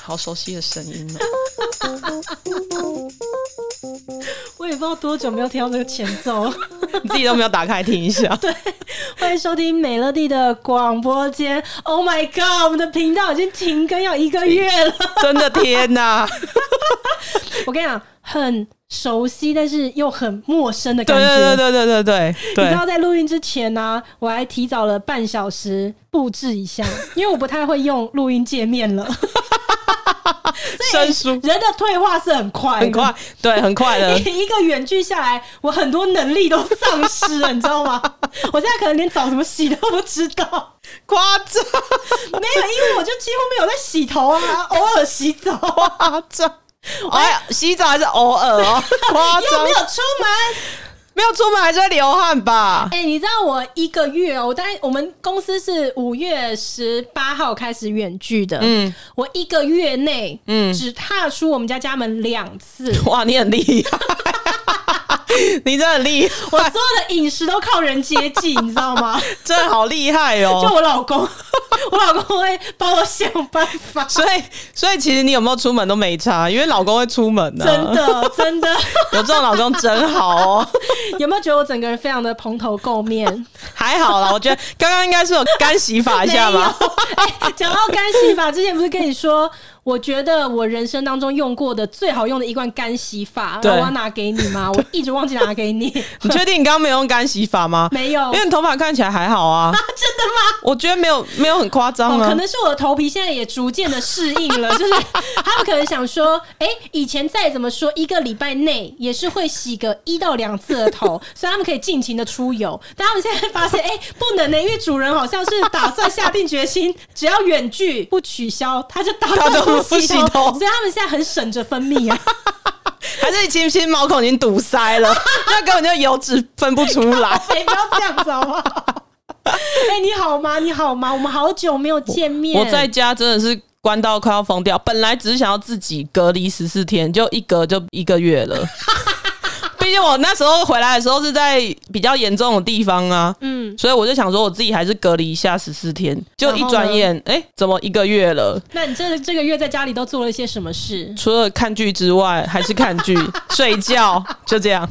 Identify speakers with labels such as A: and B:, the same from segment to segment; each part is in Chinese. A: 好熟悉的声音哦。
B: 我也不知道多久没有听到这个前奏。
A: 你自己都没有打开听一下。对，
B: 欢迎收听美乐蒂的广播间。Oh my god，我们的频道已经停更要一
A: 哎
B: 个月了。
A: 真的天哪！
B: 我跟你讲，很熟悉，但是又很陌生的
A: 对
B: 感觉。
A: 对对对对对对
B: 你知道
A: 对，
B: 在录音之前呢、我还提早了半小时布置一下，因为我不太会用录音界面 了。
A: 生疏
B: 人的退化是很快的，
A: 很 快，对，很快的。
B: 一个远距下来，我很多能力都丧失了，你知道吗？ 我现在可能连澡怎么洗都不知道，
A: 夸张
B: 没有，因为我就几乎没有在洗头啊，偶尔洗澡，
A: 夸张。哎呀，洗澡还是偶尔哦，夸
B: 又
A: 张
B: 没。有出门。
A: 没有出门还是在流汗吧？
B: 哎、你知道我一个月哦，我大概我们公司是五月十八号开始远距的，嗯，我一个月内，嗯，只踏出我们家家门两次，
A: 哇，你很厉害， 你真的很厉害，
B: 我所有的饮食都靠人接济，你知道 吗？
A: 真的好厉害
B: 就
A: 哦。
B: 我老公， 我老公会帮我想办法。
A: 所以，所以其实你有没有出门都没差，因为老公会出门呢、
B: 真的，真的，
A: 有这种老公真好哦，
B: 有没有觉得我整个人非常的蓬头垢面？
A: 还好啦。我觉得刚刚应该是有干洗法一啊下
B: 没有
A: 吧。
B: 哎，讲、到干洗发，之前不是跟你说，我觉得我人生当中用过的最好用的一罐干洗发，然
A: 对
B: 后我要拿给你吗？我一直忘记拿给你，
A: 你确定你刚刚没有用干洗法吗？
B: 没有啊
A: 因。为你头发看起来还好啊。真的吗？我觉得没有，没有很夸张
B: 哦，
A: 啊
B: 可。能是我的头皮现在也逐渐的适应了，就是 他们可能想说，哎、以前再怎么说，一个礼拜内也是会洗个一到两次的头， 所以他们可以尽情的出游。但他们现在发现，哎、不能呢、因为主人好像是打算下定决心，只要远距不取消，他就打
A: 他
B: 算
A: 就不
B: 洗
A: 洗头
B: 所以他们现在很省着分泌啊。
A: 还是你其实毛孔已经堵塞了，那根本就油脂分不出 来。
B: 哎谁不要这样子好不好？ 哎、你好吗？你好吗？我们好久没有见面。
A: 我在家真的是关到快要疯掉，本来只是想要自己隔离十四天，就一隔就一个月 了。毕竟我那时候回来的时候是在比较严重的地方啊，
B: 嗯，
A: 所以我就想说我自己还是隔离一下十四天。就一转眼，哎、怎么一个月了？
B: 那你这这个月在家里都做了一些什么事？
A: 除了看剧之外，还是看 剧、睡觉，就这样。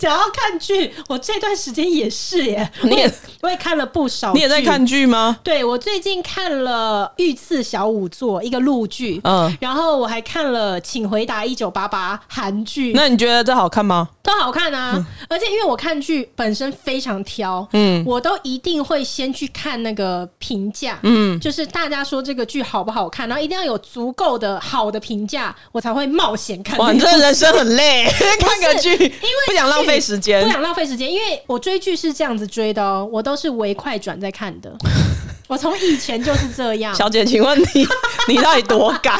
B: 想要看剧，我这段时间也是耶，
A: 你也
B: 我也看了不少。
A: 你也在看？剧吗？
B: 对，我最近看了《御赐小仵作》一个陆剧，
A: 嗯，
B: 然后我还看了《请回答一九八八》韩剧，
A: 那你嗯觉得这好看吗？
B: 都好看啊！而且因为我看剧本身非常挑，嗯，我都一定会先去看那个评价，嗯，就是大家说这个剧好不好看，然后一定要有足够的好的评价，我才会冒险看这
A: 哇，
B: 个
A: 你
B: 剧。
A: 这人生很累，看个剧，因
B: 因为
A: 不想浪费时间
B: 不。想浪费时间，因为我追剧是这样子追的哦，我都是围快转在看的，我从以前就是这样。
A: 小姐，请问你你到底多敢？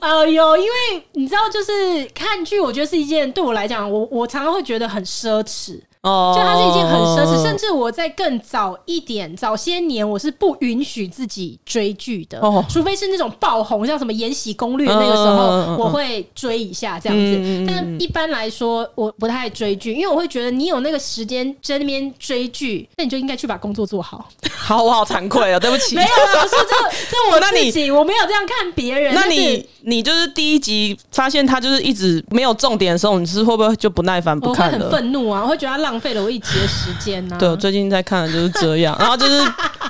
B: 呃，有，因为你知道，就是看剧，我觉得是一件对我来讲，我我常常会觉得很奢侈。
A: 哦
B: 就它是一件很奢侈，甚至我在更早一点，早些年我是不允许自己追剧的，
A: 哦
B: 除非是那种爆红，像什么《延禧攻略》那个时候，
A: 嗯嗯嗯嗯
B: 我会追一下这样子。
A: 嗯嗯嗯
B: 但一般来说，我不太追剧，因为我会觉得你有那个时间在那边追剧，那你就应该去把工作做好。
A: 哦好，我好惭愧 哦，对不起
B: 没。有啦，我说这个这我
A: 那你
B: 自己，我没有这样看别人。
A: 那
B: 但是
A: 你你就是第一集发现他就是一直没有重点的时候，你是会不会就不耐烦不
B: 我会
A: 看
B: 很
A: 了？
B: 愤怒啊，我会觉得它浪费了我一集的时间啊呢、
A: 对，我最近在看的就是这样，然后就是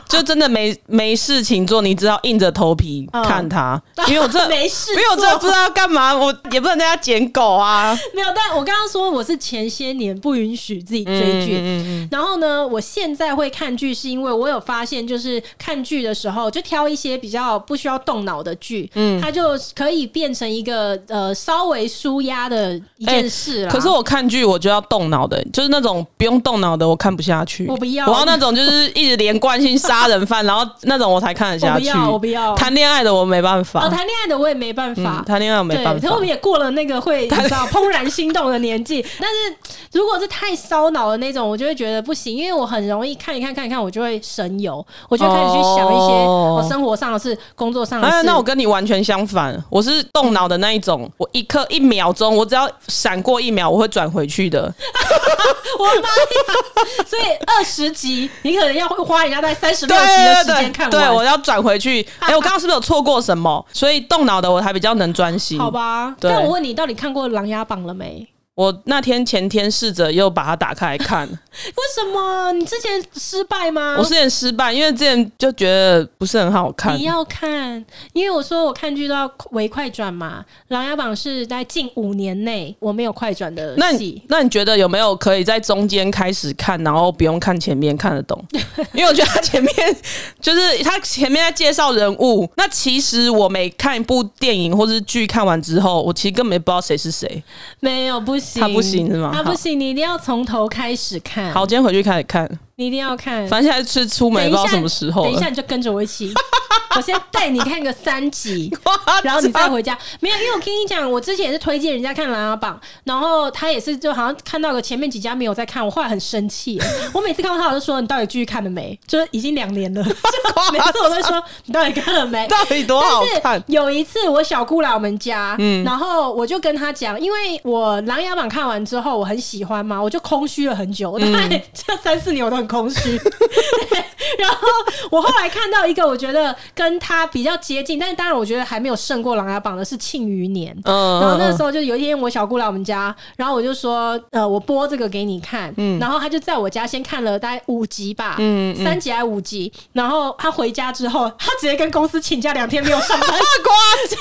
A: 就真的没没事情做，你只好硬着头皮
B: 嗯
A: 看他，因为我这
B: 没事
A: 因为我真的
B: 做
A: 不知道干嘛，我也不能在家捡狗啊。
B: 没有，但我刚刚说我是前些年不允许自己追
A: 嗯
B: 剧，然后呢，我现在会看剧是因为我有发现，就是看剧的时候就挑一些比较不需要动脑的剧，嗯，它就可以变成一个呃稍微舒压的一件事啦。
A: 哎可是我看剧我就要动脑的，就是那种不用动脑的我看不下去。
B: 我不要
A: 我要那种就是一直连贯性杀人犯，然后那种我才看得下去。
B: 我不要我不要
A: 谈恋爱的我没办法
B: 哦，，谈恋爱的我也没办法
A: 嗯，谈恋爱我没
B: 对，
A: 办
B: 可是
A: 法
B: 我们。也过了那 个会你知道怦然心动的年纪，但是如果是太烧脑的那种，我就会觉得不行，因为我很容易看一看看一看，我就会神游，我就会开始去想一些
A: 哦
B: 哦生活上的事、工作上的
A: 啊，
B: 事。
A: 那我跟你完全相反，我是动脑的那一种，我一刻一秒钟，我只要闪过一秒，我会转回去的。
B: 我妈呀！所以二十集你可能要花人家在三十六集的时间看
A: 对，我
B: 完，啊
A: 要转回去。哎、我刚刚是不是有错过什么？所以动脑的我才比较能专心。
B: 好，吧？
A: 对
B: 但我问你，到底看过《琅琊榜》了没？
A: 我那天前天试着又把它打开来 看，
B: 为什么你之前失败吗？
A: 我之前失败，因为之前就觉得不是很好看
B: 你。要看，因为我说我看剧都要围快转嘛，《琅琊榜》是在近五年内我没有快转的
A: 那你
B: 戏。
A: 那你觉得有没有可以在中间开始看，然后不用看前面看得 懂？因为我觉得他前面就是他前面在介绍人物，那其实我每看一部电影或是剧看完之后，我其实根本也不知道谁是谁。
B: 没有不行，
A: 它不行是吗
B: 他
A: 好
B: 不行，你一定要从头开始看。
A: 好，，今天回去开始看，
B: 你一定要看。
A: 反正现在是出门也
B: 嗯等一
A: 不知
B: 下，
A: 道什么时候
B: 等 一
A: 了
B: 下。你就跟着我一起，我先带你看个 三集。
A: 哇
B: 然后你再回家，没有，因为我跟你讲，我之前也是推荐人家看《琅琊榜》，然后他也是就好像看到了前面几家没有在看，我后来很生气，我每次看到他我就说你到底继续看了没？就是已经两年了， 每次我都会说你到底看了没？
A: 到底多好
B: 但
A: 看嗯
B: 是？有一次我小姑来我们家，然后我就跟她讲，因为我《琅琊榜》看完之后我很喜欢嘛，我就空虚了很久，我大
A: 嗯
B: 概这三四年我都很空 虚。对然后我后来看到一个我觉得跟她比较接近，但是当然我觉得还没有胜过《琅琊榜》的是《庆余年》。
A: 嗯
B: 然后那时候就有一天，我小姑来我们家，然后我就说，呃，我播这个给你看，然后她就在我家先看了大概五集吧，
A: 嗯
B: 三集还是五集，然后她回家之后，她直接跟公司请假两天没有上 班，
A: 夸张，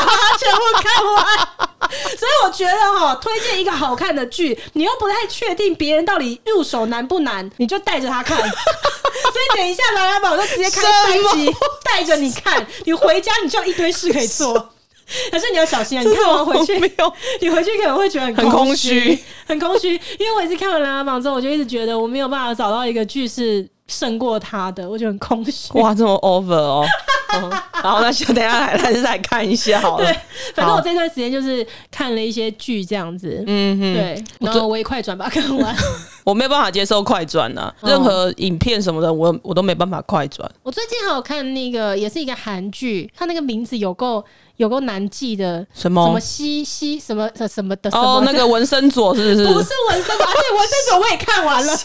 B: 把它全部看完。所以我觉得哈、推荐一个好看的剧，你又不太确定别人到底入手难不难，你就带着他 看。所以等一下《琅琊榜》我就直接开三
A: 什
B: 集，带着你看，你回家你就有一堆事可以做。 可是你要小心啊！你看完回去，
A: 没有
B: 你回去可能会觉得
A: 很
B: 很
A: 空虚
B: 虚，很空虚。因为我也是看完《琅琊榜》之后，我就一直觉得我没有办法找到一个剧是胜过他的，我就很空虚。
A: 嗯哇，这么 over 哦。嗯然后那先等一下来，还是再看一下好了
B: 对。，反正
A: 好
B: 我这段时间就是看了一些剧这样子，
A: 嗯哼，
B: 对，然后我也快转把它看完。
A: 我没有办法接受快转呐、
B: 哦
A: 任何影片什么的，我我都没办法快转。
B: 我最近还有看那个，也是一个韩剧，它那个名字有够有够难记的，
A: 什
B: 什
A: 么
B: 么？西西什么什么的什么
A: 哦，那个纹身佐是不是？
B: 不是纹身吧？而 且纹身者我也看完了。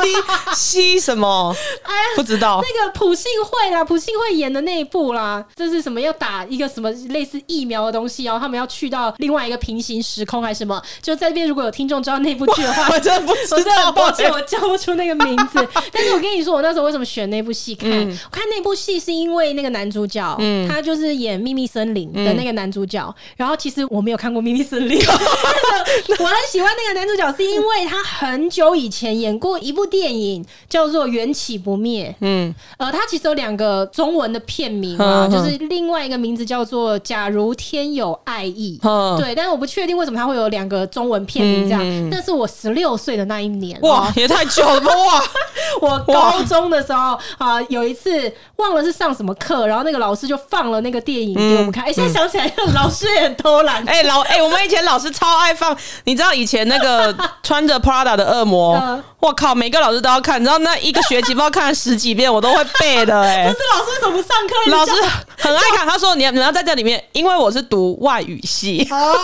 A: 西西什么？
B: 哎呀，
A: 不知道。
B: 那个朴信惠啦，朴信惠演的那一部啦，这是什么？要打一个什么类似疫苗的东西，然后他们要去到另外一个平行时空还是什么？就在这边，如果有听众知道那部剧的话，
A: 我真的不
B: 我
A: 知
B: 真的
A: 道。欸
B: 很抱歉，我叫不出那个名 字。但是我跟你说，我那时候为什么选那部戏看？
A: 嗯
B: 我看那部戏是因为那个男主角，他就是演《秘密森林》的那个男主角。然后其实我没有看过《秘密 森林》，但是我很喜欢那个男主角，是因为他很久以前演过一部电影叫做《缘起不灭》。
A: 嗯，
B: 呃，它其实有两个中文的片名啊，
A: 嗯嗯
B: 就是另外一个名字叫做《假如天有爱意》。
A: 嗯
B: 对，但是我不确定为什么它会有两个中文片名这样。那是我十六岁的那一年，哦
A: 哇，也太久了吧！哇，
B: 我高中的时候啊、有一次忘了是上什么课，然后那个老师就放了那个电影给我们看。哎、现在想起来，老师也很偷懒。
A: 嗯 哎、老哎、我们以前老师超爱放，你知道以前那 个穿着 Prada 的恶魔
B: 嗯，
A: 我靠，每个老师都要看，你知道那一个学期不知道看了十几遍，我都会背 的哎、
B: 不是老师为什么不上课？
A: 老师很爱看，他说你你要在这里面，因为我是读外语系，
B: 哦，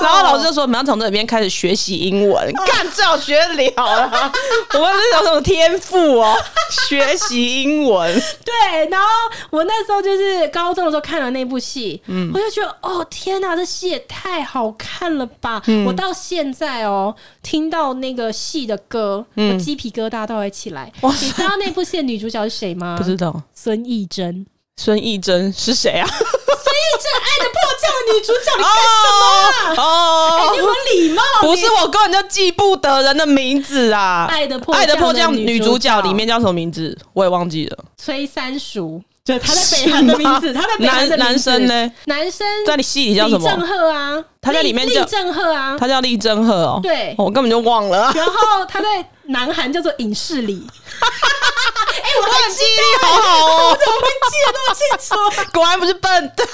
A: 然后老师就说我们要从这里面开始学习英文，
B: 哦
A: 干最好学得了啦。我们是有什么天赋哦，学习英文。
B: 对，然后我那时候就是高中的时候看了那部戏，
A: 嗯
B: 我就觉得哦天哪，这戏也太好看了吧！
A: 嗯
B: 我到现在哦，听到那个戏的歌，我鸡皮疙瘩都会起来。
A: 嗯哇
B: 你知道那部戏的女主角是谁吗？
A: 道
B: 孙艺珍，
A: 孙艺珍是谁啊？
B: 孙艺珍《爱的迫降》的女主角， 你干什么啊？哎你有
A: 哦
B: 没有礼貌？
A: 不
B: 你
A: 是，我根本就记不得人的名字啊。
B: 爱的迫
A: 爱的迫
B: 降
A: 降
B: 的女
A: 女
B: 主
A: 主角
B: 角
A: 里面叫什么名字？我也忘记了。
B: 崔三叔，对，她在北韩的名字，
A: 是吗
B: 她在北韩的
A: 男男
B: 名字
A: 生呢？
B: 男生
A: 在你戏里叫什
B: 李正
A: 么？
B: 赫啊，
A: 他在里面
B: 立
A: 叫
B: 立正赫啊，
A: 他叫李正赫哦。
B: 对
A: 我根本就忘了啊。
B: 然后他在南韩叫做影 视里。哎、我
A: 我记忆力好好哦，
B: 怎么会记得那么清楚？
A: 果然不是笨蛋。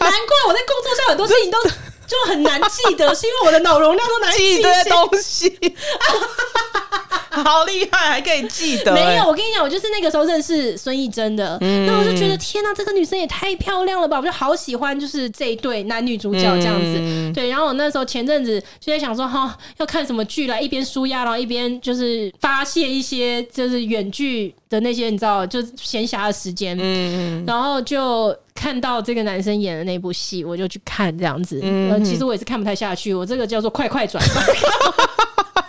B: 难怪我在工作上很多事情都就很难记得，是因为我的脑容量都拿来
A: 记一
B: 一
A: 堆
B: 些
A: 东西， 好厉害，还可以记得、
B: 没有，
A: 欸嗯
B: 我跟你讲，我就是那个时候认识孙艺珍的，那我就觉得天呐，这个女生也太漂亮了吧！我就好喜欢，就是这一对男女主角这样子。
A: 嗯
B: 对，然后我那时候前阵子就在想说，哈、要看什么剧啦，一边舒压，然后一边就是发泄一些就是远距的那些，你知道，就是闲暇的时间。
A: 嗯
B: 然后就看到这个男生演的那部戏，我就去看这样子。嗯、其实我也是看不太下去，我这个叫做快 快转吧。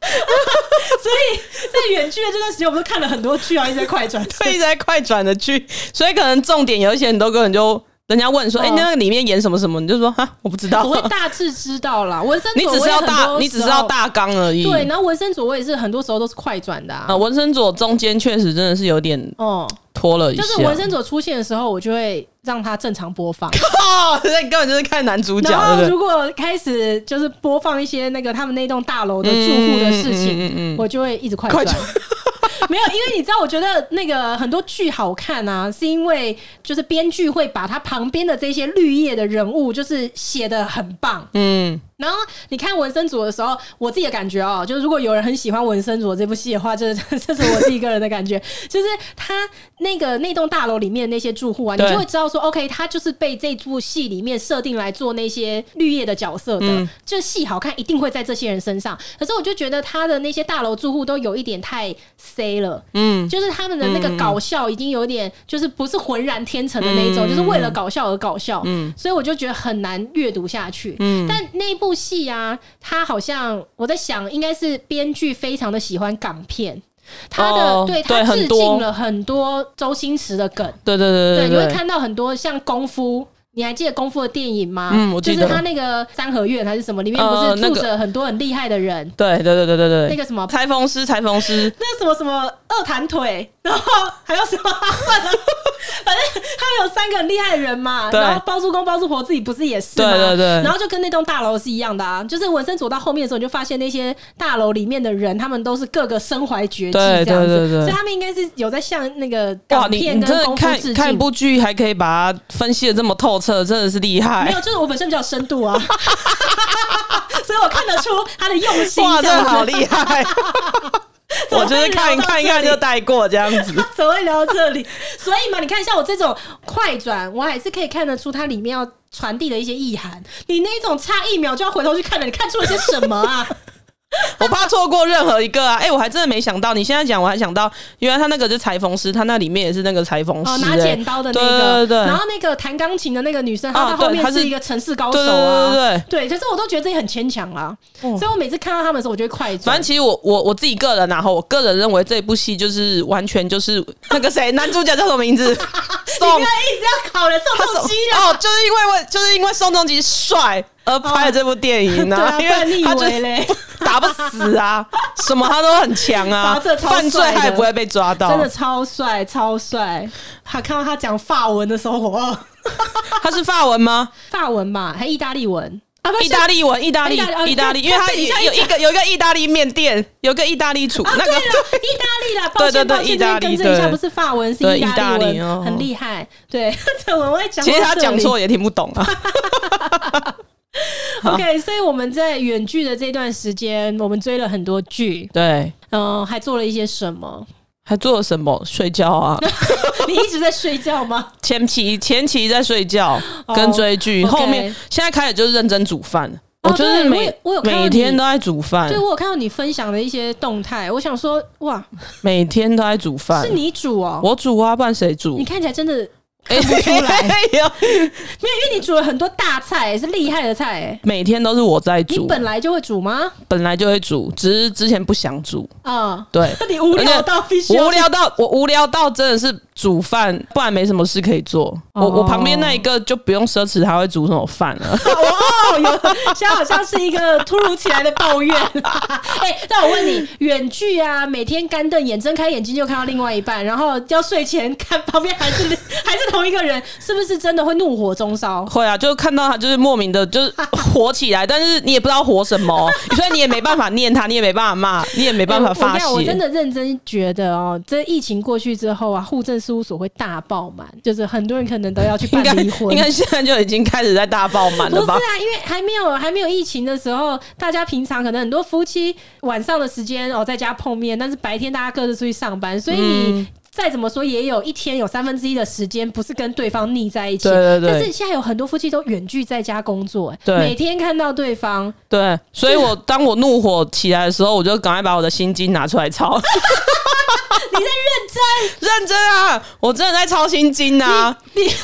B: 所以在远距的这段时间，我们都看了很多剧啊，一直在快转。
A: 所以在快转的剧，所以可能重点有一些你都根本就，人家问说，
B: 嗯
A: 哎、那个里面演什么什么，你就说哈，我不知道
B: 我，会大致知道啦，纹身
A: 你
B: 左
A: 只
B: 我
A: 是
B: 也
A: 要
B: 很
A: 大，
B: 多
A: 你只
B: 时
A: 是要
B: 候
A: 大嗯纲而已。
B: 对，然后纹身左我也是很多时候都是快转的啊
A: 啊，。纹身左中间确实真的是有点
B: 哦，
A: 拖了一下，
B: 就是纹身左出现的时候，我就会让它正常播 放。
A: 哦，那你根本就是看男主角，
B: 然
A: 对
B: 后
A: 不对？
B: 如果开始就是播放一些那个他们那栋大楼的住户的事
A: 嗯
B: 情，我就会一直嗯快转。
A: 快
B: 没有，因为你知道，我觉得那个很多剧好看啊，是因为就是编剧会把他旁边的这些绿叶的人物，就是写的很棒。
A: 嗯，
B: 然后你看纹身组的时候，我自己的感觉哦，就是如果有人很喜欢纹身组这部戏的话，这这是 我自己个人的感觉，就是他那个那栋大楼里面那些住户啊，你
A: 对
B: 就会知道说，OK，他就是被这部戏里面设定来做那些绿叶的角色的，就戏好看一定会在这些人身上。可是我就觉得他的那些大楼住户都有一点太 C 了，嗯，就是他们的那个搞笑已经有点就是不是浑然天成的那一种，
A: 嗯
B: 就是为了搞笑而搞笑，嗯，所以我就觉得很难阅读下去，嗯，但那部戏啊，它好像我在想，应该是编剧非常的喜欢港片。他的、
A: 哦对
B: 对他
A: 很
B: 致
A: 多
B: 敬了很多周星驰的梗，
A: 对对对
B: 对，你
A: 对
B: 会看到很多像功夫。你还记得功夫的电影吗？
A: 嗯我记
B: 就
A: 得
B: 是他那个三合院还是什么，里面不
A: 呃
B: 是
A: 那
B: 住
A: 个
B: 着很多很厉害的人，
A: 对对对对对对
B: 那
A: 对，
B: 个什么，
A: 裁缝师，裁缝师，
B: 那个什么什么二弹腿，然后还有什么，算 了，反正他们有三个很厉害的人嘛。
A: 对
B: 然后包租公、包租婆自己不是也是吗？
A: 对对对
B: 然后就跟那栋大楼是一样的啊，就是纹身走到后面的时候，你就发现那些大楼里面的人，他们都是各个身怀绝技
A: 对
B: 这样子，
A: 对对对
B: 所以他们应该是有在向那个
A: 哇，
B: 港
A: 你
B: 片
A: 你真
B: 跟
A: 的
B: 功夫
A: 看
B: 致
A: 看一
B: 敬。
A: 部剧，还可以把它分析的这么透彻，真的是厉
B: 没
A: 害
B: 有，。就是我本身比较有深度 啊， 所以我看得出他的用心。
A: 哇，
B: 这
A: 真
B: 样
A: 的
B: 子
A: 好厉 害！我就是看看一看就带过这样子。
B: 怎么会聊到这里？ 所以嘛，你看像我这种快转，我还是可以看得出它里面要传递的一些意涵。你那一种差一秒就要回头去看了，你看出了些什么啊？
A: 我怕错过任何一个啊！哎、我还真的没想到，你现在讲我还想到，原来他那个就是裁缝师，他那里面也是那个裁缝师、
B: 哦，拿
A: 哎
B: 剪刀的那个，
A: 对对对
B: 然后那个弹钢琴的那个女生，她
A: 哦
B: 到后
A: 对
B: 面
A: 她是
B: 是一个城市高手啊，
A: 对对对哦
B: 对可是我都觉得这很牵强啦。所以我每次看到他们的时候，我就会快
A: 反
B: 转
A: 正。其实我我我自己个人、啊，然后我个人认为这部戏就是完全就是那个谁男主角叫什么名 字？
B: 你不
A: 宋
B: 要一直要考人宋仲基啊啦，
A: 哦，就是因为我就是因为宋仲基帅而拍了这部电影
B: 对啊
A: 啊，
B: 不
A: 因
B: 然你
A: 为
B: 以
A: 他就
B: 为
A: 是
B: 嘞？
A: 打不死啊，什么他都很强啊
B: 打这，超帅的
A: 犯罪他也不会被抓到，
B: 真的超帅，超帅！他看到他讲法文的时候，我哦
A: 他是法文吗？
B: 法文嘛，还意大利文啊，不是
A: 意大利文，意大利
B: 意大利哦，
A: 意大利，
B: 对
A: 因为他
B: 对你这样
A: 有一个有一个意大利面店，有个意大利厨，
B: 啊，
A: 那
B: 对
A: 个
B: 了，意大利啦，抱
A: 对对
B: 歉
A: 对
B: 抱歉，
A: 意大利
B: 这边更正一下，
A: 对
B: 不是法文，是
A: 对
B: 意大利
A: 意大利哦
B: 文，很厉害。对， 这我会讲。
A: 其实他讲。错也听不懂啊。
B: OK，所以我们在远距的这段时间，我们追了很多剧，
A: 对，
B: 嗯、还做了一些什么？
A: 还做了什么？睡觉啊。
B: 你一直在睡觉 吗？
A: 前期前期在睡觉
B: 哦
A: 跟追剧，
B: OK
A: 后面现在开始就是认真煮饭。
B: 哦
A: 我就是
B: 对我
A: 每
B: 也我有看到
A: 每
B: 你
A: 天都在煮饭
B: 对，，我有看到你分享的一些动态，我想说，哇，
A: 每天都在煮饭
B: 是。你煮哦、
A: 我煮啊，不然谁煮
B: 你？看起来真的
A: 哎，不出来，
B: 没有，因为你煮了很多大菜，是厉害的菜、欸。
A: 每天都是我在
B: 你
A: 煮，
B: 本来就会煮吗？
A: 本来就会煮，只是之前不想煮。
B: 啊、
A: 对，
B: 你无聊到必须
A: 我
B: 要
A: 无聊到我无聊到真的是煮饭，不然没什么事可以做。我我
B: 哦
A: 旁边那一个就不用奢侈，他会煮什么饭了。
B: 哦，有有，现在好像是一个突如其来的抱怨。 哎、但我问你，远距啊，每天干瞪眼，睁开眼睛就看到另外一半，然后要睡前看旁边还是 还是同一个人，是不是真的会怒火中烧？
A: 会啊，就看到他就是莫名的，就是火起来，但是你也不知道火什么，哦 所以你也没办法念他，你也没办法骂，你也没办法
B: 哎我我
A: 发
B: 跟你
A: 泄。
B: 讲我真的认真觉得哦，这疫情过去之后啊，户政事务所会大爆满，就是很多人可能都要去
A: 应
B: 办
A: 该
B: 离婚。
A: 应该现在就已经开始在大爆满
B: 不
A: 了
B: 是
A: 吧？
B: 啊，因为还没有还没有疫情的时候，大家平常可能很多夫妻晚上的时间哦在家碰面，但是白天大家各自出去上班，所以
A: 嗯
B: 你。再怎么说，也有一天有三分之一的时间不是跟对方腻在一起。
A: 对对对
B: 但是现在有很多夫妻都远距在家工作、哎
A: 对
B: 每天看到对方，
A: 对，所以我当我怒火起来的时候，我就赶快把我的心经拿出来抄。你在 认真？认真啊！我真的在抄心经啊！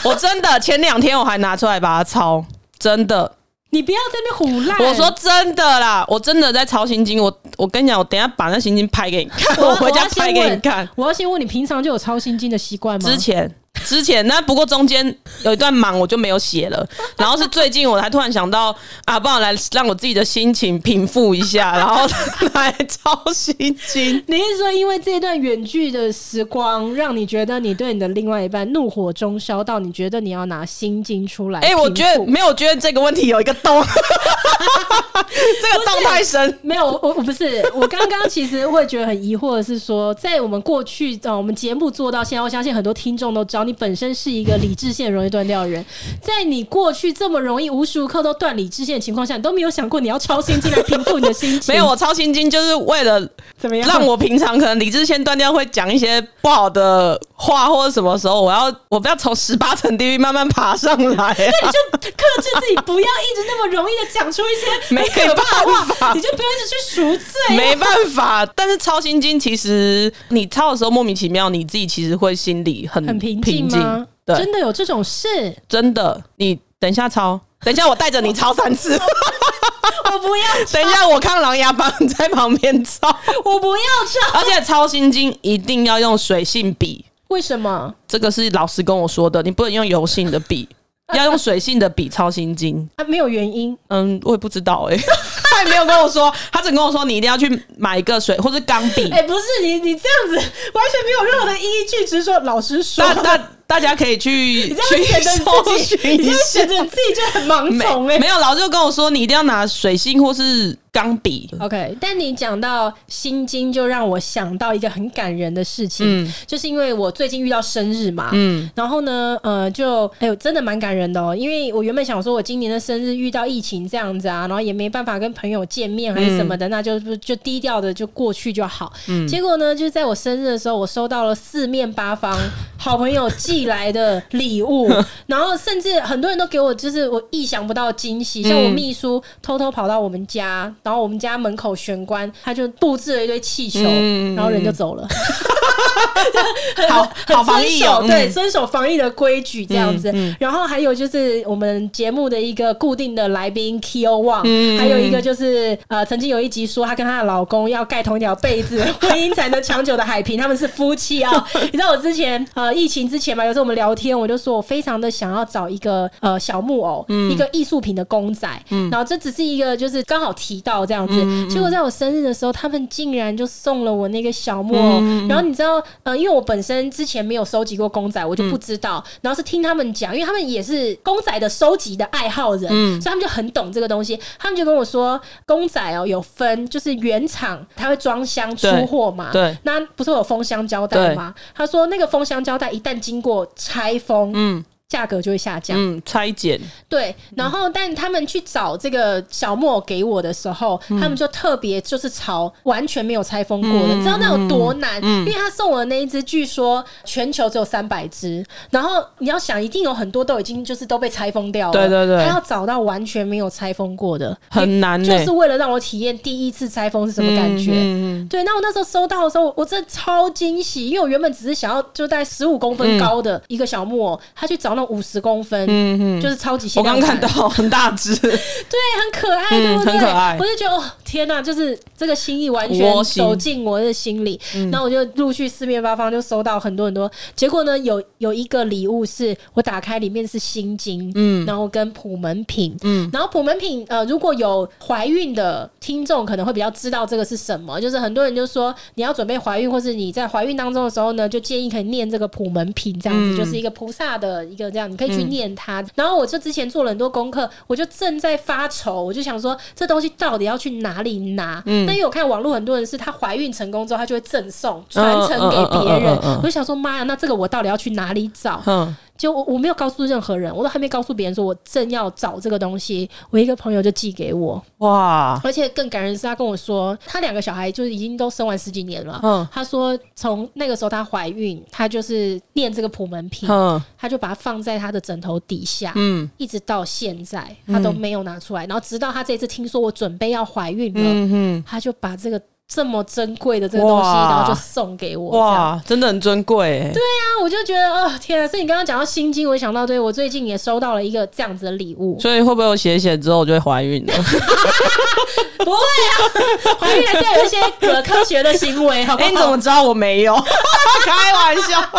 A: 我真的前两天我还拿出来把它抄，真的。
B: 你不要在那边胡烂。
A: 我说真的啦，我真的在抄心经。我我跟你讲，我等一下把那心经拍给你看，我回家
B: 要
A: 拍
B: 先
A: 给你
B: 问
A: 看。
B: 我要先问你，平常就有抄心经的习惯吗？
A: 之前之前，那不过中间有一段忙，我就没有写 了。然后是最近我才突然想到啊，不然来让我自己的心情平复一 下，然后来抄心经。
B: 你是说，因为这段远距的时光，让你觉得你对你的另外一半怒火中烧，到你觉得你要拿心经出来？
A: 哎、我觉得。没有，我觉得这个问题有一个 洞，这个洞太深。
B: 没有，我我我不是，我刚刚其实会觉得很疑惑的是说，在我们过去呃，我们节目做到现在，我相信很多听众都知道，你本身是一个理智线容易断掉的人，在你过去这么容易无时无刻都断理智线的情况下，你都没有想过你要抄心经来平复你的心 情，
A: 没有，我抄心经就是为了
B: 怎么样？
A: 让我平常可能理智线断掉，会讲一些不好的话或者什么时候，我要我不要从十八层地狱慢慢爬上 来、
B: 你就克制自己，不要一直那么容易的讲出一些 很
A: 没
B: 可怕的
A: 办
B: 话，
A: 法
B: 你就不要一直去赎罪。啊
A: 没办法，但是抄心经，其实你抄的时候莫名其妙，你自己其实会心里很
B: 很平静吗？
A: 对，
B: 真的有这 种事？
A: 真的，你等一下 抄，等一下我带着你抄三次，
B: 我不要，
A: 等一下我看狼牙棒在旁边抄，
B: 我不要 这，
A: 而且抄心经一定要用水性笔，
B: 为什么？
A: 这个是老师跟我说的，你不能用油性的 笔，要用水性的笔抄心经。
B: 啊，没有原因。
A: 嗯，我也不知道 哎、他也没有跟我说，他只跟我说你一定要去买一个水或是钢笔，
B: 哎、不是你，你这样子完全没有任何的依据，只是说老师说，
A: 大大大家可以去
B: 你这样显
A: 去
B: 得
A: 搜
B: 你自己，
A: 寻
B: 你
A: 一
B: 这样
A: 下
B: 显。得你自己就很盲
A: 没
B: 从哎、
A: 没有，老师就跟我说，你一定要拿水性或是钢笔。
B: OK，但你讲到《心经》，就让我想到一个很感人的事情，就是因为我最近遇到生日嘛，嗯，然后呢，呃，就哎呦，真的蛮感人的哦，因为我原本想说，我今年的生日遇到疫情这样子啊，然后也没办法跟朋友见面还是什么的，那就就低调的就过去就好。结果呢，就是在我生日的时候，我收到了四面八方 好朋友寄来的礼物，然后甚至很多人都给我就是我意想不到的惊喜，像我秘书偷偷跑到我们家，然后我们家门口玄关，他就布置了一堆气球，然后人就走了。
A: 好好
B: 很
A: 防
B: 遵
A: 疫
B: 守
A: 哦，
B: 对，
A: 嗯
B: 遵守防疫的规矩这样子。然后还有就是我们节目的一个固定的来宾 Kyo Wang，、还
A: 嗯
B: 有一个就是呃，曾经有一集说她跟她的老公要盖同一条 被子，婚姻才能长久的海平，他们是夫妻啊、你知道我之前呃疫情之前嘛，有时候我们聊天，我就说我非常的想要找一个呃小木偶，
A: 嗯
B: 一个艺术品的公仔，然后这只是一个就是刚好提到这样子，
A: 嗯
B: 结果在我生日的时候，他们竟然就送了我那个小木偶。
A: 嗯
B: 然后你知道，呃，因为我本身之前没有收集过公仔，我就不知道。然后是听他们讲，因为他们也是公仔的收集的爱好人，
A: 嗯
B: 所以他们就很懂这个东西。他们就跟我说，公仔哦有分，就是原厂它会装箱出
A: 对
B: 货嘛，
A: 对
B: 那不是有封箱胶带
A: 对
B: 吗？他说那个封箱胶带一旦经过拆封，
A: 嗯
B: 价格就会下降。
A: 嗯，拆解
B: 对，然
A: 嗯
B: 后但他们去找这个小木偶给我的时候，
A: 嗯
B: 他们就特别就是朝完全没有拆封过的，你知道那有多
A: 嗯
B: 难？因为他送我的那一只，据说全球只有三百只，然后你要想，一定有很多都已经就是都被拆封掉了，
A: 对对对
B: 他要找到完全没有拆封过的，
A: 很难呢、
B: 就是为了让我体验第一次拆封是什么感觉。
A: 嗯嗯
B: 对，那我那时候收到的时候，我真的超惊喜，因为我原本只是想要就大概十五公
A: 嗯
B: 分高的一个小木偶，他去找那五十公分，就是超级限
A: 我
B: 量
A: 刚
B: 款
A: 看到很大只， 嗯
B: 对，很可爱，对不对？
A: 很可爱
B: 我就觉得哦，天呐、就是这个心意完全
A: 窝心嗯
B: 走进我的心里。然后我就陆续四面八方就收到很多很多。结果呢，有有一个礼物是我打开里面是心经，嗯，然后跟普门品，嗯，然后普门品呃，如果有怀孕的听众可能会比较知道这个是什么，就是很多人就说你要准备怀孕，或是你在怀孕当中的时候呢，就建议可以念这个普门品，这样
A: 嗯
B: 子、就是一个菩萨的一个这样，你可以去念它。然后我就之前做了很多功课，我就正在发愁，我就想说这东西到底要去哪里拿？嗯，但因为我看网络很多人是她怀孕成功之后，她就会赠送传承给别人，
A: 嗯嗯嗯嗯嗯嗯
B: 我就想说妈呀，那这个我到底要去哪里找？
A: 嗯，
B: 就我我没有告诉任何人，我都还没告诉别人说我正要找这个东西，我一个朋友就寄给我，
A: 哇，
B: 而且更感人是他跟我说，他两个小孩就是已经都生完十几年了。
A: 嗯
B: 他说从那个时候她怀孕，她就是念这个普门品，
A: 嗯
B: 她就把它放在她的枕头底下，
A: 嗯
B: 一直到现在她都没有拿出来。然后直到她这一次听说我准备要怀孕了，
A: 嗯
B: 她就把这个这么珍贵的这个东西，
A: 哇
B: 然后就送给我。
A: 哼，
B: 这样
A: 哇，真的很珍贵欸。对，
B: 啊，我就觉得哦天啊！所以你刚刚讲到心经，我也想到，对我最近也收到了一个这样子的礼物，
A: 所以会不会我写一写之后我就会怀孕了？
B: 不会啊，怀孕还是要有一些呃科学的行为，好不
A: 哎、
B: 好？
A: 你怎么知道我没 有？开玩笑，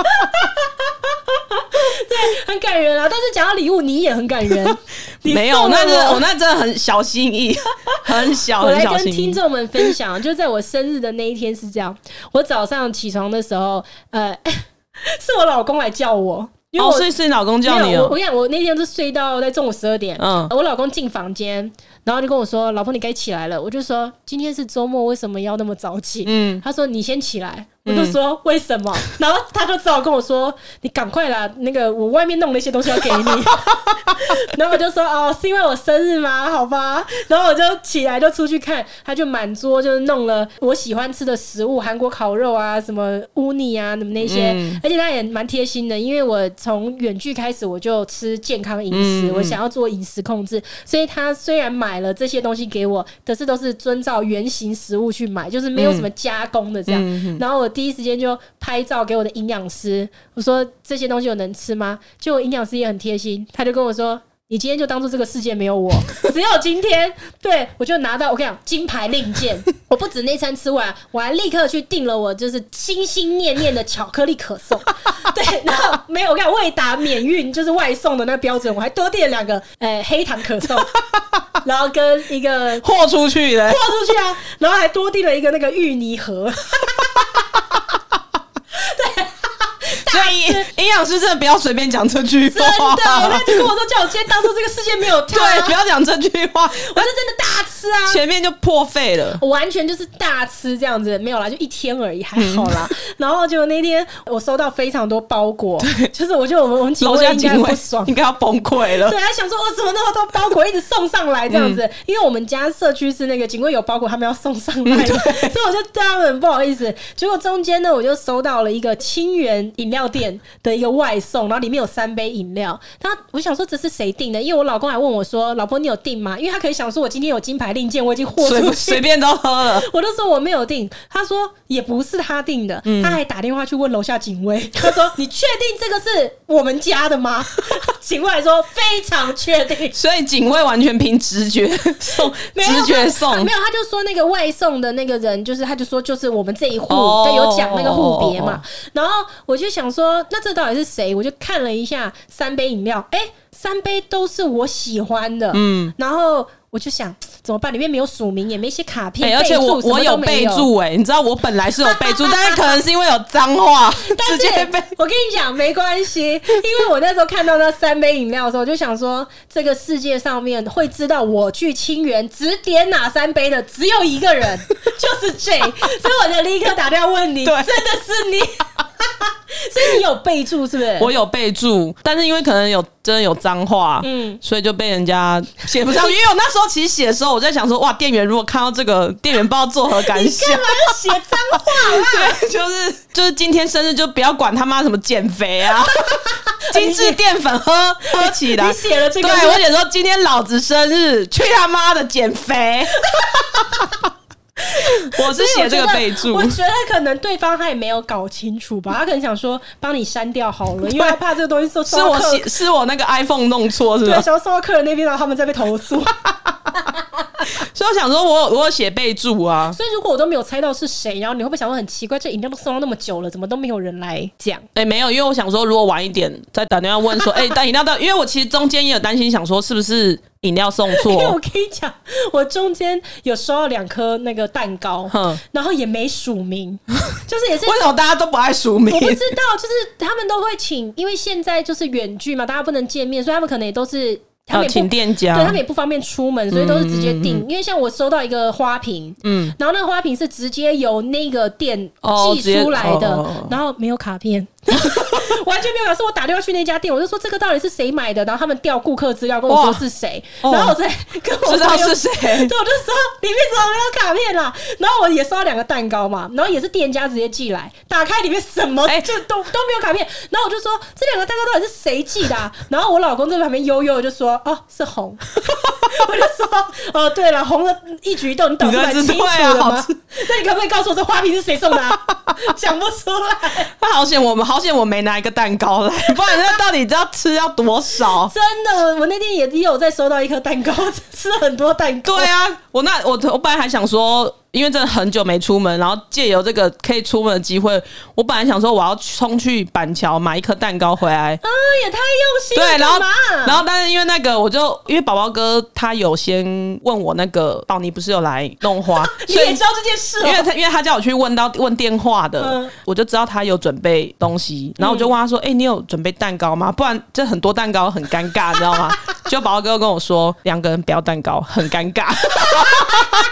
B: 很感人啊！但是讲到礼物，你也很 感人，你
A: 没有，
B: 送了
A: 那是我
B: 我。
A: 那真的很小心 翼，很小
B: 我
A: 很
B: 来
A: 小
B: 跟
A: 心翼
B: 听。众们分享，就在我生日的那一天是这样。我早上起床的时候，呃， 是我老公来叫我，因为
A: 哦，
B: 我、
A: 所以是你老公叫
B: 没
A: 你
B: 有我
A: 哦
B: 我。跟你讲，我那天是睡到在中午十二点，呃
A: 嗯
B: 我老公进房间，然后就跟我说：“老婆，你该起来了。”我就说：“今天是周末，为什么要那么早起？”
A: 嗯，
B: 他说：“你先起来。”我就说：“为什么？”然后他就只好跟我说：“你赶快啦，那个我外面弄了一些东西要给你。” 然后我就说：“哦，是因为我生日吗？好吧。”然后我就起来就出去看，他就满桌就是弄了我喜欢吃的食物，韩国烤肉啊，什么乌尼啊，什么那些，
A: 嗯
B: 而且他也蛮贴心的，因为我从远距开始我就吃健康饮食，
A: 嗯
B: 我想要做饮食控制，所以他虽然买了这些东西给我，可是都是遵照原型食物去买，就是没有什
A: 嗯
B: 么加工的这样。然后我第一时间就拍照给我的营养师，我说这些东西我能吃吗？结果营养师也很贴心，他就跟我说。你今天就当做这个世界没有我，只有今天。对我就拿到我跟你讲金牌令箭，我不止那餐吃完，我还立刻去订了我就是心心念念的巧克力可颂。对，然后没有，我跟你讲未达免运就是外送的那标准，我还多订了两个呃黑糖可颂，然后跟一个
A: 豁出去嘞！
B: 豁出去啊，然后还多订了一个那个芋泥盒。
A: 所以营养师真的不要随便讲这句
B: 真的，他
A: 话，
B: 就跟啊我说，叫我今天当做这个世界没有他、啊
A: 对，不要讲这句话，
B: 我是真的大吃啊，
A: 前面就破费了。
B: 我完全就是大吃这样子，没有啦，就一天而已，还好 啦。然后就那天我收到非常多包裹，就是我觉得我们我们警
A: 楼
B: 卫
A: 下
B: 应该
A: 警
B: 很
A: 卫
B: 不爽
A: 应。该要崩溃了
B: 对，。他想说，哦我怎么那么多包裹一直送上来这样子？因为我们家社区是那个警卫有包裹，他们要送上来的， 所以我就对他们很不好意思。结果中间呢，我就收到了一个清源饮料店的一个外送，然后里面有三杯饮料。他我想说这是谁订的？因为我老公还问我说：“老婆，你有订吗？”因为他可以想说我今天有金牌令箭，我已经豁出
A: 随
B: 去
A: 随便都喝了，
B: 我就说我没有订，他说也不是他订的，
A: 嗯
B: 他还打电话去问楼下警卫， 他说你确定这个是我们家的吗？ 警卫还说非常确定。
A: 所以警卫完全凭直觉 送，
B: 没有
A: 直觉
B: 他
A: 送
B: 没。有，他就说那个外送的那个人，就是他就说就是我们这一户，
A: 哦
B: 对，有讲那个户别
A: 哦
B: 嘛。然后我就想说，那这到底是谁？我就看了一下三杯饮料，哎、三杯都是我喜欢的，嗯，然后。我就想怎么办？里面没有署名，也没一些卡片
A: 哎、
B: 备注，
A: 而且我
B: 什么
A: 我
B: 都
A: 有
B: 没
A: 备注哎、你知道我本来是有备 注，但是可能是因为有脏话，直
B: 但
A: 接
B: 是
A: 被
B: 我跟你讲，没关系，因为我那时候看到那三杯饮料的时候，我就想说，这个世界上面会知道我去清源指点哪三杯的，只有一个人，就 是 J，所以我就立刻打电话问你，真
A: 对
B: 的是你， 所以你有备注是不是？
A: 我有备注，但是因为可能有真的有脏话，
B: 嗯
A: 嗯，所以就被人 家写不上去。因为我那时候其实写的时候，我在想说，哇，店员如果看到这个，店员不知道作何感想。
B: 干嘛要写脏话？
A: 对， 就是就是今天生日就不要管他妈什么减肥啊， 精致淀粉喝喝起来
B: 你。写了这
A: 对，
B: 个，
A: 我写说今天老子生日，去他妈的减 肥！我是写这个备注，
B: 我觉得可能对方他也没有搞清楚吧，他可能想说帮你删掉好了，因为他怕这个东西受
A: 是
B: 受到
A: 我
B: 客
A: 写是我那个 iPhone 弄错是
B: 对，啊
A: 吧？
B: 想要送到客人那边，然后他们再被投诉。
A: 所以我想说我有，我有写备注啊，
B: 所以如果我都没有猜到是谁，然后你会不会想说很奇怪，这饮料都送到那么久了，怎么都没有人来讲？
A: 哎、没有，因为我想说，如果晚一点再打电话 问说，哎、但饮料到，因为我其实中间也有担心，想说是不是饮料送
B: 因为我
A: 错，
B: 跟你讲，我中间有收到两颗那个蛋糕
A: 哼，
B: 然后也没署 名，就是也是
A: 为什么大家都不爱署名哦
B: 我？不知道，就是他们都会请，因为现在就是远距嘛，大家不能见面，所以他们可能也都是他
A: 要
B: 们也不
A: 请店家，嗯
B: 对他们也不方便出门，所以都是直接订。因为像我收到一个花瓶，嗯，然后那个花瓶是直接由那个店
A: 哦直
B: 寄
A: 接
B: 出来的，
A: 哦哦哦
B: 然后没有卡片。 完全没有表示，我打电话去那家店，我就说这个到底是谁买的，然后他们调顾客资料跟我说
A: 哇
B: 是谁，
A: 哦
B: 然后我再跟我
A: 知道
B: 朋友
A: 是谁。
B: 对，我就说里面怎么没有卡片啦？然后我也收到两个蛋糕嘛，然后也是店家直接寄来，打开里面什么
A: 哎
B: 就都、都没有卡片。然后我就说这两个蛋糕到底是谁寄的、啊？然后我老公在旁边悠悠地就说：“哦，是红。” 我就说：“哦，对了，红的一举一动你倒是
A: 你
B: 蛮
A: 才
B: 清
A: 知
B: 楚
A: 道呀
B: 的
A: 好
B: 嘛。那你可不可以告诉我这花瓶是谁送的、啊？ 讲不出来，
A: 那好险，我们好险，我没拿一个蛋糕来， 不然那到底知道吃要多少？
B: 真的，我那天也也有在收到一颗蛋糕，吃了很多蛋糕。
A: 对啊，我那我我本来还想说，因为真的很久没出门，然后借由这个可以出门的机会，我本来想说我要冲去板桥买一颗蛋糕回来。
B: 啊，也太用心了，
A: 对，然后
B: 干嘛啊
A: 然后但是因为那个，我就因为宝宝哥他有先问我那个宝妮不是有来弄 花，
B: 你
A: 所
B: 也
A: 以
B: 知。道这件事、哦，
A: 因为他因为他叫我去问到问电话的，
B: 嗯
A: 我就知道他有准备东西，然后我就问他说：“哎、你有准备蛋糕吗？不然这很多蛋糕很尴尬，你知道吗？” 就宝宝哥跟我说：“两个人不要蛋糕，很尴尬。”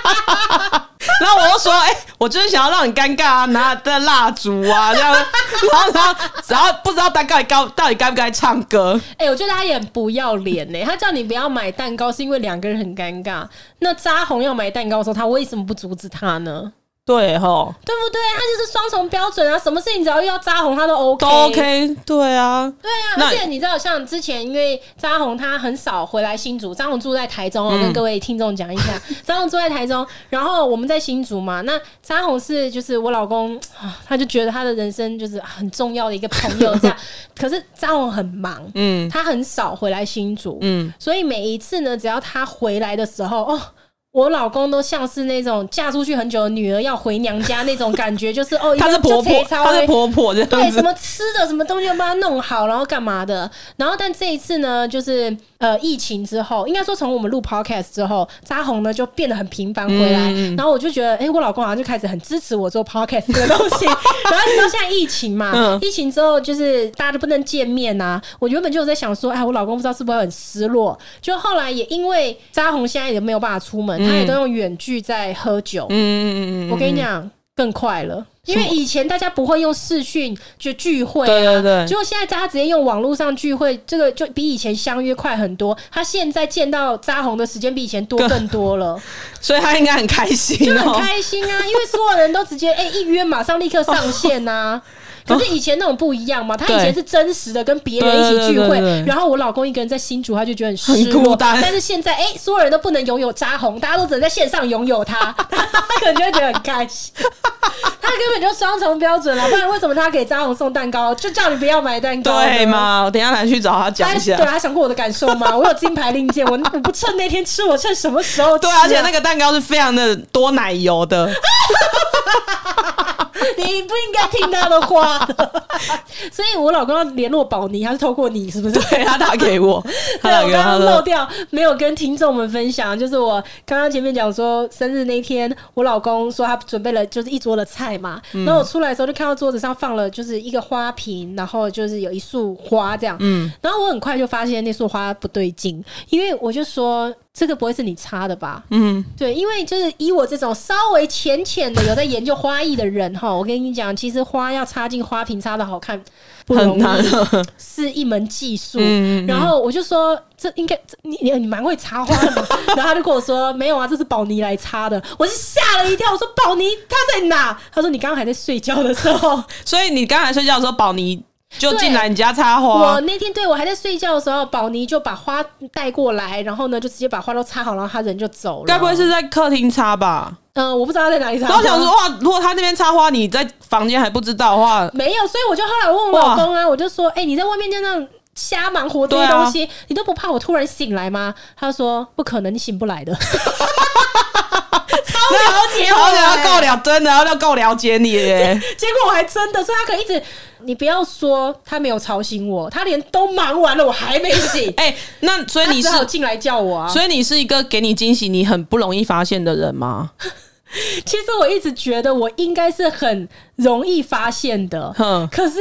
A: 然后我就说：“哎、我就是想要让你尴尬啊，拿的蜡烛啊，这样。”然后然后然后不知道蛋糕该到底该不该唱歌，
B: 哎、我觉得他也很不要脸呢、他叫你不要买蛋糕，是因为两个人很尴尬。那扎红要买蛋糕的时候，他为什么不阻止他呢？
A: 对吼，
B: 对不对？他就是双重标准啊！什么事情只要遇到扎红，他都 OK。
A: 都 OK，对啊，
B: 对啊，
A: 那
B: 而且你知道，像之前因为扎红他很少回来新竹，扎红住在台
A: 嗯
B: 中哦，跟各位听众讲一 下，扎红住在台中，然后我们在新竹嘛。那扎红是就是我老公，啊他就觉得他的人生就是很重要的一个朋友 这样。可是扎红很忙，嗯，他很少回来新竹，嗯，所以每一次呢，只要他回来的时候，哦。我老公都像是那种嫁出去很久的女儿要回娘家那种感觉，就是哦，
A: 她是婆
B: 一个
A: 婆，
B: 就差不
A: 她
B: 多
A: 是婆婆这样
B: 对，什
A: 子，
B: 么吃的什么东西要帮他弄好，然后干嘛的。然后，但这一次呢，就是呃，疫情之后，应该说从我们录 podcast 之后，扎红呢就变得很频繁回来。
A: 嗯
B: 然后我就觉得，哎、我老公好像就开始很支持我做 podcast 这个东 西。然后你知道现在疫情嘛，
A: 嗯
B: 疫情之后就是大家都不能见面呐、我原本就有在想说，哎，我老公不知道是不是会很失落。就后来也因为扎红现在也没有办法出门，
A: 嗯
B: 他也都用远距在喝酒。
A: 嗯嗯嗯嗯
B: 我跟你讲，更快了。因为以前大家不会用视讯就聚会、啊，
A: 对对对
B: 结果现在大家直接用网络上聚会，这个就比以前相约快很多。他现在见到扎红的时间比以前多更多了，
A: 所以她应该很开
B: 就
A: 心
B: 很
A: 哦。
B: 开心啊！因为所有人都直接哎、一约马上立刻上线呐、可是以前那种不一样嘛，他以前
A: 哦对
B: 是真实的跟别人一起
A: 对
B: 聚
A: 对
B: 会
A: 对对对，
B: 然后我老公一个人在新竹，他就觉得很失
A: 很
B: 落。
A: 孤单
B: 但是现在，哎，所有人都不能拥有扎红，大家都只能在线上拥有 他，他可能就会觉得很开心。他根本就双重标准了，不然为什么他给扎红送蛋糕，就叫你不要买蛋糕？
A: 对？
B: 啊
A: 嘛，我等一下来去找她讲
B: 他
A: 一下
B: 对。啊他想过我的感受吗？我有金牌令箭，我我不趁那天吃，我趁什么时候吃、
A: 对
B: 啊？
A: 啊，而且那个蛋糕是非常的多奶油的，
B: 你不应该听他的话的。 所以我老公要联络宝妮，他是透过你，是不是？
A: 对他打给我，他打
B: 对，啊我
A: 给
B: 刚
A: 他
B: 刚漏
A: 说，
B: 掉，没有跟听众们分享，就是我刚刚前面讲说生日那天，我老公说他准备了就是一桌的菜嘛，然后我出来的时候就看到桌子上放了就是一个花瓶，然后就是有一束花这样，嗯，然后我很快就发现那束花不对劲，因为我就说这个不会是你插的吧，
A: 嗯，
B: 对，因为就是以我这种稍微浅浅的有在研究花艺的人哈，我跟你讲，其实花要插进花瓶插的好看不容
A: 很
B: 易，
A: 难。啊
B: 是一门技术。
A: 嗯嗯嗯
B: 然后我就说，这应该这你你你蛮会插花的嘛。然后他就跟我说，没有啊，这是宝妮来插的。我是吓了一跳，我说宝妮她在哪？他说你刚刚还在睡觉的时 候，
A: 所以你刚才睡觉的时候，宝妮就
B: 对
A: 进来你家插花
B: 我，那天对我还在睡觉的时候，宝妮就把花带过来，然后呢就直接把花都插好，然后他人就走了。
A: 该不会？是在客厅插吧？
B: 嗯、我不知道他在哪里插
A: 然
B: 花。
A: 后我想说，哇，如果他那边插花，你在房间还不知道的话，
B: 没有，所以我就后来问我老公啊，我就说，哎、你在外面就那样瞎忙活这些 东西，你都不怕我突然醒来吗？他说不可能，你醒不来的。了解我、
A: 好想要够
B: 了。
A: 了，真的要够了解你耶！，
B: 结果我还真的，所以他可能一直，你不要说他没有吵醒我，他连都忙完了，我还没醒
A: 哎、那所以
B: 他
A: 你
B: 只
A: 是，
B: 好进来叫我啊。
A: 所以你是一个给你惊喜，你很不容易发现的人吗？
B: 其实我一直觉得我应该是很容易发现的，
A: 哼
B: 可是。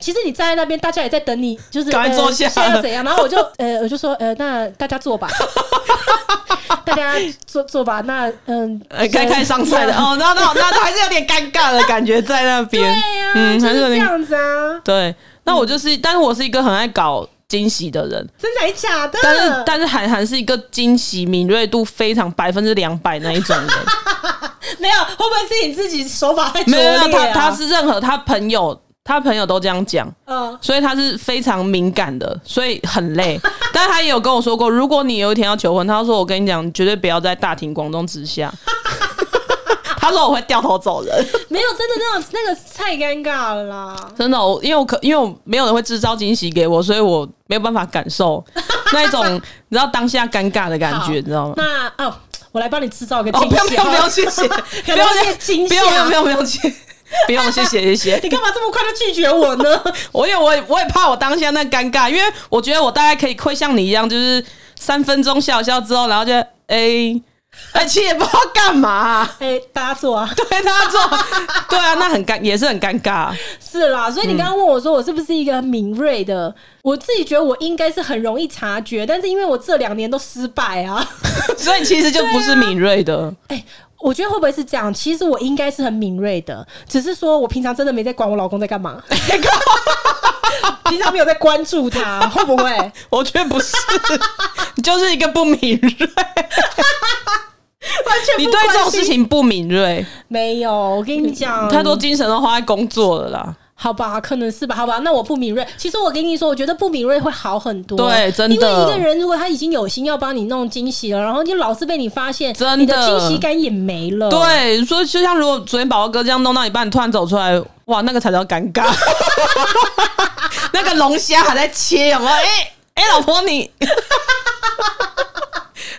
B: 其实你站在那边，大家也在等你，就是
A: 赶快坐
B: 呃
A: 下
B: 现在要怎样？然后 我就呃我就说呃，那大家坐吧。大家坐坐吧，那嗯，
A: 呃，该开上 菜的
B: 嗯
A: 哦，那那那还是有点尴尬的感觉在那边。
B: 对呀、
A: 嗯，
B: 就
A: 还
B: 是
A: 是有
B: 这
A: 点
B: 样子啊，
A: 对，那我就是，但是我是一个很爱搞惊喜的人，
B: 真的还假的？
A: 但是但是韩寒是一个惊喜敏锐度非常百分之两百那一种 人，
B: 没有，会不会是你自己手法太
A: 没有没
B: 啊
A: 有，他他是任何他朋友他朋友都这样讲，
B: 嗯，
A: 所以他是非常敏感的，所以很累。 但他也有跟我说过，如果你有一天要求婚，他说我跟你讲，你绝对不要在大庭广众之 下。他说我会掉头走人，
B: 没有真的那种那个太尴尬了啦。
A: 真的，哦我因为我可因为我没有人会制造惊喜给我，所以我没有办法感 受那一种你知道当下尴尬的感
B: 好
A: 觉，你知道吗？
B: 那哦，我来帮你制造一个
A: 哦，
B: 惊
A: 不用不
B: 喜、
A: 用
B: 好
A: 不
B: 了
A: 用，谢 谢，不
B: 可能
A: 用
B: 会变惊
A: 不
B: 吓
A: 用不用不用谢，不用谢谢谢谢。
B: 你干嘛这么快就拒绝我呢？
A: 我也我也我也怕我当下那尴尬，因为我觉得我大概可以会像你一样，就是三分钟笑笑之后，然后就哎哎，其实也不知道干嘛、
B: 哎、大家坐啊。
A: 对他做，对啊，那很尴也是很尴尬。
B: 是啦，所以你刚刚问我说我是不是一个很敏锐的，我自己觉得我应该是很容易察觉，但是因为我这两年都失败啊。
A: 所以其实就不是敏锐的，
B: 哎、我觉得会不会是这样？其实我应该是很敏锐的，只是说我平常真的没在管我老公在干嘛， 平常没有在关 注他，会不会？
A: 我觉得不是， 你就是一个不敏 锐，
B: 完全
A: 你
B: 不
A: 对
B: 关
A: 这种
B: 心
A: 事情不敏锐，
B: 没有。我跟你讲，
A: 太多精神都花在工作了啦。
B: 好吧，可能是吧，好吧，那我不敏锐。其实我跟你说，我觉得不敏锐会好很多。
A: 对真的
B: 因为一个人如果他已经有心要帮你弄惊喜了，然后就老是被你发现，
A: 真的
B: 你的惊喜感也没了。
A: 对，所以就像如果昨天宝宝哥这样弄到一半，突然走出来，哇，那个才叫尴 尬。那个龙虾还在切，有没有？哎、哎、老婆你，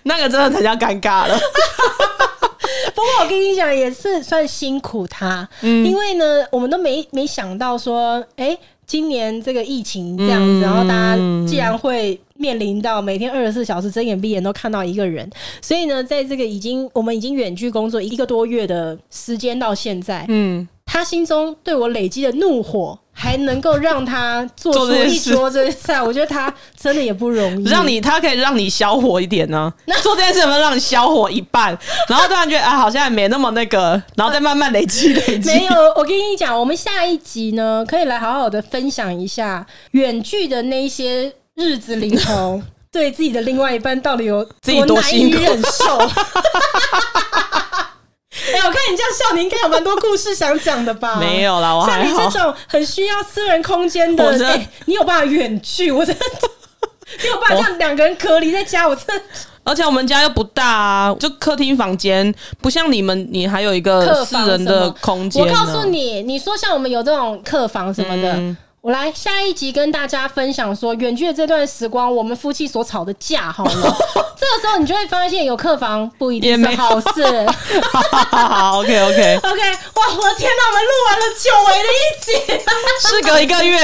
A: 那个真的才叫尴尬了。
B: 不过我跟你讲，也是算辛苦他，
A: 嗯
B: 因为呢，我们都没没想到说，哎、今年这个疫情这样
A: 嗯
B: 子，然后大家既然会。面临到每天二十四小时睁眼闭眼都看到一个人，所以呢，在这个已经我们已经远距工作一个多月的时间到现在，
A: 嗯，
B: 他心中对我累积的怒火，还能够让他做
A: 做
B: 出
A: 这件
B: 一
A: 事
B: 桌这些菜，我觉得他真的也不容易。
A: 让你他可以让你消火一点呢、做这件事有没有让你消火一半？然后突然觉得啊，好像也没那么那个，然后再慢慢累积 累积。
B: 没有，我跟你讲，我们下一集呢，可以来好好的分享一下远距的那一些日子里 头，对自己的另外一半到底有
A: 自己多
B: 难以
A: 辛苦
B: 忍受。 哎、我看你这样笑，你应该有蛮多故事想讲的吧？
A: 没有啦我
B: 像
A: 还
B: 你这
A: 好
B: 种很需要私人空间的，
A: 我真的
B: 哎你有办法远距？我 真的，你有办法这样两个人隔离在家？我真的
A: 而且我们家又不大啊，就客厅房间，不像你们，你还有一
B: 客
A: 个
B: 房
A: 四呃人
B: 什
A: 的
B: 么
A: 空间啊
B: 我
A: 呢、
B: 告诉你，你说像我们有这种客房什么的，
A: 嗯
B: 我来下一集跟大家分享说远距的这段时光，我们夫妻所吵的 架好了。这个时候你就会发现，有客房不一定
A: 也没
B: 是
A: 有
B: 好 事。
A: 好好好，OK OK，
B: OK，哇，我的天哪，我们录完了久 违的一集。
A: 事隔一个月，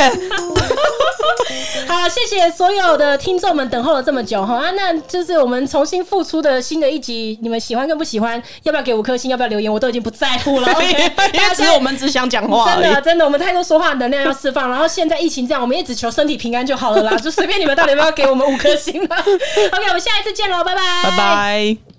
B: 好，谢谢所有的听众们等候了这么久哈啊，那就是我们重新复出的新的一集，你们喜欢跟不喜欢，要不要给五颗星，要不要留言，我都已经不在乎了。
A: 因为
B: OK，
A: 因
B: 大
A: 为
B: 家
A: 只是我们只想讲话
B: 真
A: 而已
B: 的。真的，我们太多说话能量要释放，然后现在疫情这样，我们也只求身体平安就好了啦，就随便你们到底要不要给我们五颗星吧。OK，我们下一次见喽，拜拜，
A: 拜。拜。